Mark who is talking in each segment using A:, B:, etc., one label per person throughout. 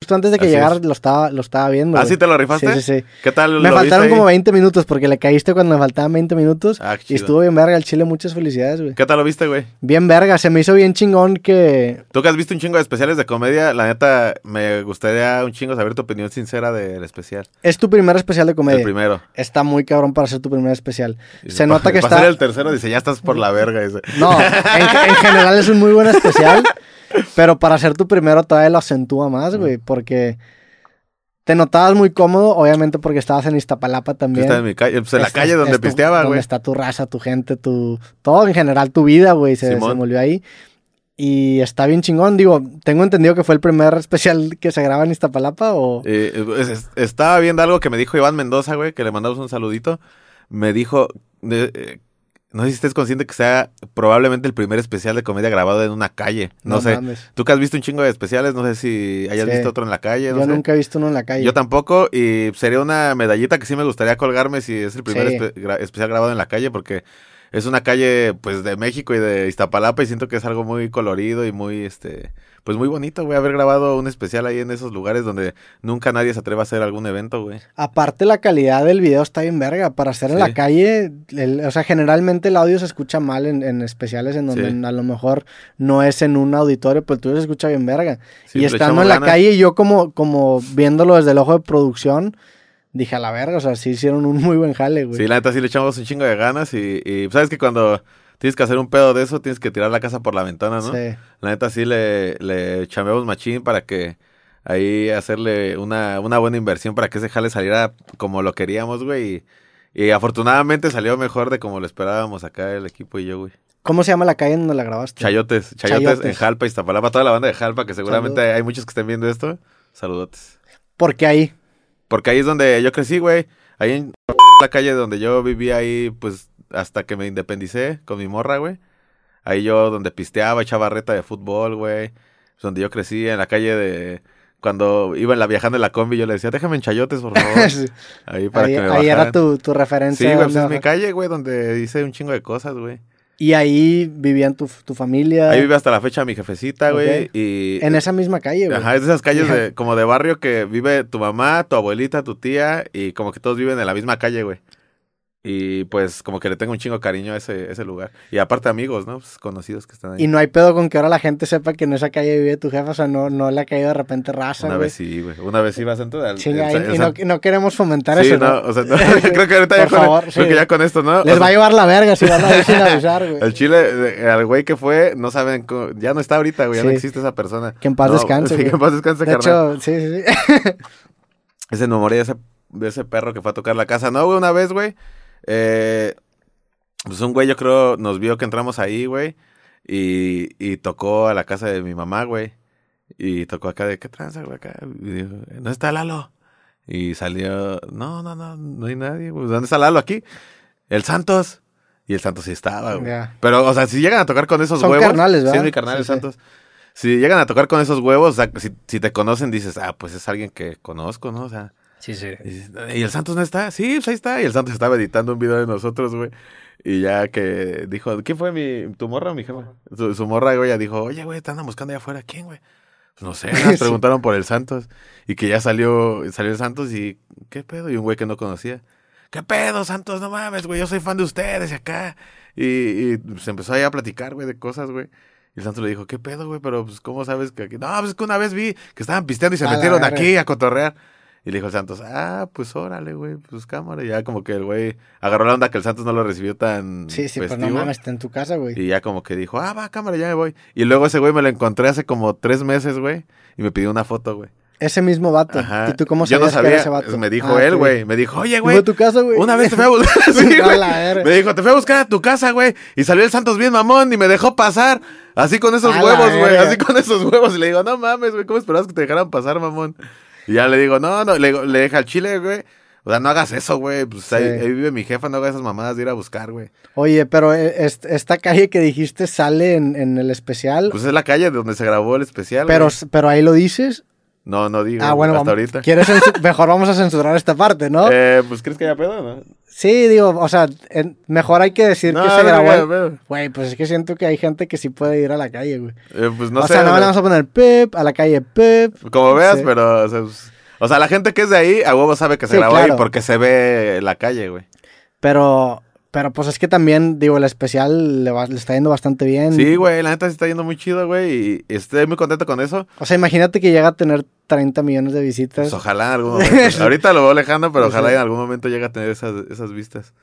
A: justo antes de que
B: Así
A: llegara
B: es.
A: lo estaba, lo estaba viendo.
B: ¿Ah,
A: güey.
B: sí te lo rifaste?
A: Sí, sí, sí.
B: ¿Qué tal?
A: Me
B: lo viste
A: faltaron
B: ahí?
A: como 20 minutos porque le caíste cuando me faltaban 20 minutos.
B: Ah, qué
A: y
B: chido.
A: estuvo bien verga el chile, muchas felicidades, güey.
B: ¿Qué tal lo viste, güey?
A: Bien verga, se me hizo bien chingón que...
B: Tú que has visto un chingo de especiales de comedia, la neta, me gustaría un chingo saber tu opinión sincera del especial.
A: Es tu primer especial de comedia.
B: El primero.
A: Está muy cabrón para ser tu primer especial.
B: Dice,
A: Se
B: "Va-
A: nota que
B: va a
A: está...
B: ser el tercero, dice, ya estás por la verga. dice.
A: No, en, en general es un muy buen especial, pero para ser tu primero todavía lo acentúa más,
B: Mm.
A: güey, porque te notabas muy cómodo, obviamente porque estabas en Iztapalapa
B: Tú
A: también. Este,
B: estás en mi calle, pues en la
A: Esta-
B: calle donde
A: es tu-
B: pisteaba,
A: Donde
B: güey.
A: está tu raza, tu gente, tu... Todo en general, tu vida, güey, se
B: Simón.
A: desenvolvió ahí. Y está bien chingón. Digo, tengo entendido que fue el primer especial que se graba en Iztapalapa o...
B: Eh, es- es- estaba viendo algo que me dijo Iván Mendoza, güey, que le mandamos un saludito. Me dijo, de- eh, no sé si estés consciente que sea probablemente el primer especial de comedia grabado en una calle. No, sé.
A: mames.
B: Tú que has visto un chingo de especiales, no sé si hayas
A: Sí.
B: visto otro en la calle. No
A: Yo
B: sé.
A: nunca he visto uno en la calle.
B: Yo tampoco, y sería una medallita que sí me gustaría colgarme si es el primer
A: Sí.
B: espe- gra- especial grabado en la calle, porque es una calle, pues, de México y de Iztapalapa, y siento que es algo muy colorido y muy, este, pues, muy bonito, güey, haber grabado un especial ahí en esos lugares donde nunca nadie se atreve a hacer algún evento, güey.
A: Aparte, la calidad del video está bien verga. Para hacer en
B: Sí.
A: la calle, el- o sea, generalmente el audio se escucha mal en, en especiales en donde
B: Sí.
A: a lo mejor no es en un auditorio, pero el tuyo se escucha bien verga.
B: Sí,
A: y
B: le
A: estando
B: echamos
A: en la
B: ganas.
A: calle, yo como, como viéndolo desde el ojo de producción, dije a la verga, o sea, sí hicieron un muy buen jale, güey.
B: Sí, la neta sí le echamos un chingo de ganas, y, y pues, sabes que cuando tienes que hacer un pedo de eso, tienes que tirar la casa por la ventana, ¿no?
A: Sí.
B: La neta sí le, le chambeamos machín para que ahí hacerle una, una buena inversión para que ese jale saliera como lo queríamos, güey. Y, y afortunadamente salió mejor de como lo esperábamos acá el equipo y yo, güey.
A: ¿Cómo se llama la calle en donde la grabaste?
B: Chayotes, chayotes,
A: Chayotes.
B: en Jalpa, Iztapalapa, toda la banda de Jalpa, que seguramente hay muchos que estén viendo esto. Saludotes.
A: Porque ahí,
B: Porque ahí es donde yo crecí, güey. Ahí en la calle donde yo vivía ahí, pues, hasta que me independicé con mi morra, güey. Ahí yo donde pisteaba, echaba reta de fútbol, güey. Pues, Donde yo crecí, en la calle de... Cuando iba en la viajando en la combi, yo le decía, déjame en chayotes, por favor. Ahí para
A: ahí,
B: que me
A: ahí era
B: bajaran.
A: tu, tu
B: Sí,
A: referencia.
B: güey,
A: de
B: pues,
A: dónde
B: es mi
A: bajar.
B: calle, güey, donde hice un chingo de cosas, güey.
A: y ahí vivían tu, tu familia.
B: Ahí vive hasta la fecha mi jefecita, güey.
A: Ah. Ok.
B: Y...
A: En esa misma calle, güey.
B: Ajá, es de esas calles de, como de barrio que vive tu mamá, tu abuelita, tu tía y como que todos viven en la misma calle, güey. Y pues como que le tengo un chingo de cariño a ese, ese lugar. Y aparte amigos, ¿no? Pues, conocidos que están ahí.
A: Y no hay pedo con que ahora la gente sepa que en esa calle vive tu jefa, o sea, no, no le ha caído de repente raza,
B: Una
A: güey.
B: vez sí, güey. Una vez sí vas a entrar. al-
A: Chinga,
B: el-
A: y-
B: el-
A: y no, y no queremos fomentar
B: Sí,
A: eso,
B: no,
A: ¿no?
B: o sea, no, creo que ahorita ya
A: Por
B: con,
A: favor,
B: creo
A: sí.
B: que ya con esto, ¿no? O
A: Les
B: sea,
A: va a llevar la verga si van a ir sin avisar, güey.
B: el chile, eh, al güey que fue, no saben, cómo- ya no está ahorita, güey, ya no
A: Sí.
B: existe esa persona.
A: Que en paz
B: No,
A: descanse,
B: sí, que
A: güey.
B: en paz descanse,
A: De
B: carnal.
A: hecho, sí, sí, sí.
B: Ese enamoré de ese, de ese perro que fue a tocar la casa. No, güey, una vez, güey. eh, pues un güey, yo creo, nos vio que entramos ahí, güey. Y, y tocó a la casa de mi mamá, güey. Y tocó acá de, ¿qué tranza, güey? Acá. Y dijo, ¿no está Lalo? Y salió, no, no, no, no hay nadie. güey. ¿Dónde está Lalo aquí? El Santos. Y el Santos sí estaba, güey.
A: Ya.
B: Pero, o sea, si llegan a tocar con esos
A: Son
B: huevos.
A: carnales,
B: Sí,
A: ¿verdad?
B: es mi carnal,
A: Sí,
B: el
A: sí.
B: Santos. Si llegan a tocar con esos huevos, o sea, si, si te conocen, dices, ah, pues es alguien que conozco, ¿no? O sea,
C: Sí, sí.
B: y dices, ¿y el Santos no está? Sí, pues ahí está. Y el Santos estaba editando un video de nosotros, güey. Y ya que dijo, ¿quién fue mi, tu morra o mi jefa? Su, su morra, güey, ya dijo, oye, güey, te andan buscando allá afuera, ¿quién, güey? Pues no sé, nos
A: Sí.
B: preguntaron por el Santos. Y que ya salió, salió el Santos y, ¿qué pedo? Y un güey que no conocía. ¿Qué pedo, Santos? No mames, güey, yo soy fan de ustedes y acá. Y, y se empezó ahí a platicar, güey, de cosas, güey. Y el Santos le dijo, ¿qué pedo, güey? Pero, pues, ¿cómo sabes que aquí? No, pues es que una vez vi que estaban pisteando y se
A: A la
B: metieron
A: verga.
B: aquí a cotorrear. Y le dijo el Santos, ah, pues órale, güey, pues cámara. Y ya como que el güey agarró la onda que el Santos no lo recibió tan
A: Sí, sí, pero no
B: festivo.
A: mames, está en tu casa, güey.
B: Y ya como que dijo, ah, va, cámara, ya me voy. Y luego ese güey me lo encontré hace como tres meses, güey, y me pidió una foto, güey.
A: Ese mismo vato.
B: Ajá.
A: ¿Y tú cómo
B: Yo
A: sabías
B: no
A: que
B: sabía,
A: era ese vato?
B: me dijo
A: Ah,
B: él,
A: ok.
B: güey. Me dijo, oye,
A: ¿Fue
B: güey,
A: a tu casa, güey?
B: una vez te fui a buscar. Sí,
A: A
B: güey.
A: la verga.
B: Me dijo, te fui a buscar a tu casa, güey. Y salió el Santos bien mamón y me dejó pasar. Así con esos
A: A la
B: huevos, güey.
A: verga.
B: Así con esos huevos. Y le digo, no mames, güey. ¿Cómo esperabas que te dejaran pasar, mamón? Y ya le digo, no, no. Le, digo- le deja al chile, güey. O sea, no hagas eso, güey. Pues ahí,
A: Sí.
B: ahí vive mi jefa, no hagas esas mamadas de ir a buscar, güey.
A: Oye, pero eh, est- esta calle que dijiste sale en, en el especial,
B: Pues es la calle de donde se grabó el especial.
A: pero,
B: güey.
A: pero ahí lo dices
B: No, no digo.
A: Ah, bueno,
B: hasta
A: vamos-
B: ahorita.
A: ¿quieres censu- mejor vamos a censurar esta parte, ¿no?
B: Eh, pues crees que haya pedo, ¿no?
A: Sí, digo, o sea, en- mejor hay que decir
B: No,
A: que
B: no,
A: se
B: no,
A: grabó.
B: no,
A: el-
B: no.
A: Güey, pues es que siento que hay gente que sí puede ir a la calle, güey.
B: Eh, pues no
A: o
B: sé.
A: sea, no
B: güey.
A: le vamos a poner pep, a la calle pep.
B: Como
A: Sí.
B: veas, pero. O sea, pues- o sea, la gente que es de ahí, a huevo sabe que se
A: Sí,
B: grabó
A: claro.
B: ahí porque se ve la calle, güey.
A: Pero, pero pues es que también, digo, el especial le, va- le está yendo bastante bien.
B: Sí, güey, la neta se está yendo muy chido, güey. Y estoy muy contento con eso.
A: O sea, imagínate que llega a tener 30 millones de visitas.
B: Pues ojalá en algún momento. Ahorita lo veo lejano, pero
A: Sí,
B: ojalá
A: sí.
B: en algún momento llegue a tener esas, esas vistas.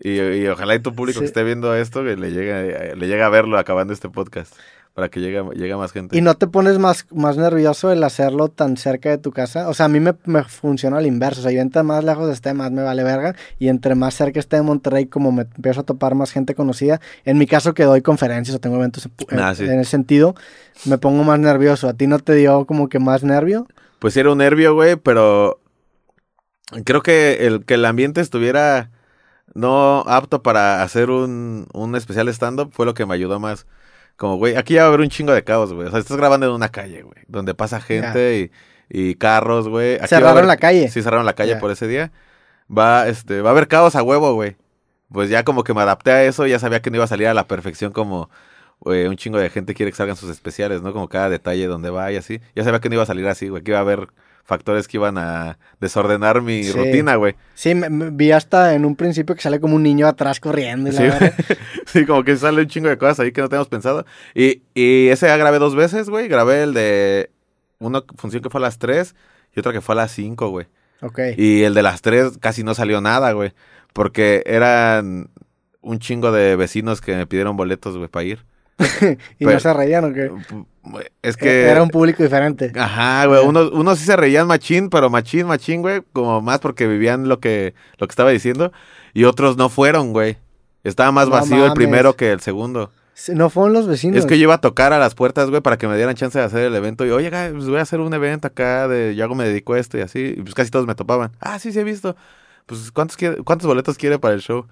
B: Y, y ojalá y tu público
A: Sí.
B: que esté viendo esto que le llegue, le llegue a verlo acabando este podcast. Para que llegue, llegue a más gente.
A: ¿Y no te pones más, más nervioso el hacerlo tan cerca de tu casa? O sea, a mí me, me funciona al inverso. O sea, yo entre más lejos esté, más me vale verga. Y entre más cerca esté de Monterrey, como me empiezo a topar más gente conocida. En mi caso, que doy conferencias o tengo eventos en, pu-
B: Ah,
A: en-
B: sí.
A: en ese sentido, me pongo más nervioso. ¿A ti no te dio como que más nervio?
B: Pues sí era un nervio, güey, pero creo que el que el ambiente estuviera no apto para hacer un, un especial stand-up fue lo que me ayudó más. Como, güey, aquí ya va a haber un chingo de caos, güey. O sea, estás grabando en una calle, güey, donde pasa gente y, y carros, güey. Aquí va a
A: Cerraron
B: haber-
A: la calle.
B: Sí, cerraron la calle
A: Ya.
B: por ese día. Va, este, va a haber caos a huevo, güey. Pues ya como que me adapté a eso, ya sabía que no iba a salir a la perfección como güey, un chingo de gente quiere que salgan sus especiales, ¿no? Como cada detalle donde va y así. Ya sabía que no iba a salir así, güey, que iba a haber factores que iban a desordenar mi
A: Sí.
B: rutina, güey.
A: Sí, me, me- vi hasta en un principio que sale como un niño atrás corriendo. Y la
B: Sí,
A: verga.
B: Sí, como que sale un chingo de cosas ahí que no teníamos pensado. Y, y ese ya grabé dos veces, güey. Grabé el de una función que fue a las 3 y otra que fue a las 5, güey.
A: ok.
B: Y el de las 3 casi no salió nada, güey. Porque eran un chingo de vecinos que me pidieron boletos, güey, para ir.
A: ¿Y
B: pero-
A: no se reían o qué? E-,
B: Es pues, que...
A: Eh, Era un Eh. público diferente.
B: Ajá, güey.
A: Ya.
B: Unos, unos sí se reían machín, pero machín, machín, güey. Como más porque vivían lo que, lo que estaba diciendo. Y otros no fueron, güey. Estaba más
A: No
B: vacío
A: mames.
B: el primero que el segundo.
A: Sí, No fueron los vecinos.
B: Es que yo iba a tocar a las puertas, güey, para que me dieran chance de hacer el evento. Y, oye, güey, pues voy a hacer un evento acá de yo hago me dedico a esto y así. Y pues casi todos me topaban. Ah, sí, sí he visto. Pues, ¿cuántos, quiere- cuántos boletos quiere para el show?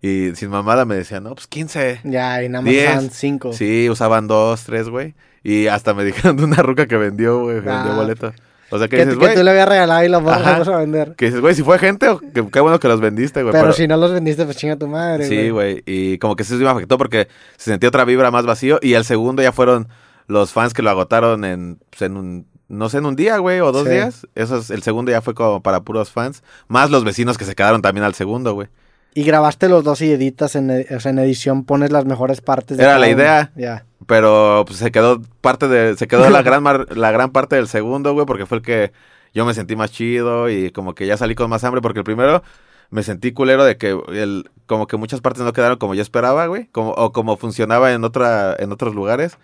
B: Y sin mamada me decían, no, pues 15.
A: Ya, y nada más
B: Diez.
A: eran cinco.
B: Sí, usaban dos, tres, güey. Y hasta me dijeron de una ruca que vendió, güey, que vendió
A: Ah,
B: boletos. O sea, que
A: que,
B: dices,
A: que
B: güey,
A: tú le habías regalado y los vas
B: Ajá.
A: a vender.
B: que dices, güey, si fue gente, o- que- qué bueno que los vendiste, güey.
A: Pero, si no los vendiste, pues chinga tu madre.
B: Sí, güey. Y como que eso sí me afectó porque se sentía otra vibra más vacío. Y el segundo ya fueron los fans que lo agotaron en, pues, en un, no sé, en un día, güey, o dos
A: Sí.
B: días. Eso es- el segundo ya fue como para puros fans. Más los vecinos que se quedaron también al segundo, güey.
A: Y grabaste los dos y editas, en, ed- o sea, en edición pones las mejores partes.
B: Era
A: cada
B: la
A: uno.
B: idea.
A: Ya.
B: Pero pues, se quedó parte de, se quedó la gran mar- la gran parte del segundo, güey, porque fue el que yo me sentí más chido y como que ya salí con más hambre, porque el primero me sentí culero de que el, como que muchas partes no quedaron como yo esperaba, güey, como, o como funcionaba en otra, en otros lugares.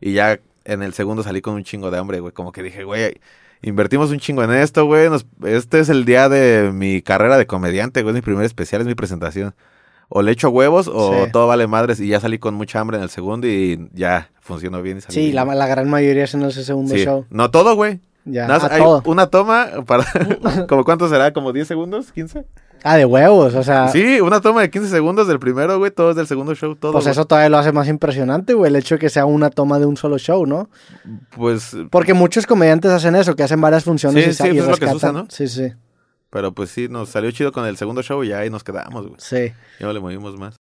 B: Y ya en el segundo salí con un chingo de hambre, güey. Como que dije, güey, invertimos un chingo en esto, güey. nos- este es el día de mi carrera de comediante, güey. Es mi primer especial, es mi presentación. O le echo huevos o
A: Sí.
B: todo vale madres. Y ya salí con mucha hambre en el segundo y ya funcionó bien. Y salí
A: Sí,
B: bien.
A: la, la gran mayoría es en ese segundo
B: Sí.
A: show.
B: No todo, güey.
A: Ya.
B: Nada más
A: a
B: hay
A: todo.
B: una toma para... ¿Como cuánto será? ¿Como 10 segundos? ¿15?
A: Ah, de huevos, o sea.
B: Sí, una toma de 15 segundos del primero, güey. Todo es del segundo show. Todo,
A: Pues
B: güey.
A: eso todavía lo hace más impresionante, güey, el hecho de que sea una toma de un solo show, ¿no?
B: Pues
A: Porque muchos comediantes hacen eso, que hacen varias funciones
B: Sí,
A: y, sa-
B: sí,
A: y
B: eso es lo que se usa,
A: rescatan.
B: ¿no?
A: Sí, sí,
B: Pero pues sí, nos salió chido con el segundo show y ya ahí nos quedamos, güey.
A: sí.
B: Ya no le movimos más.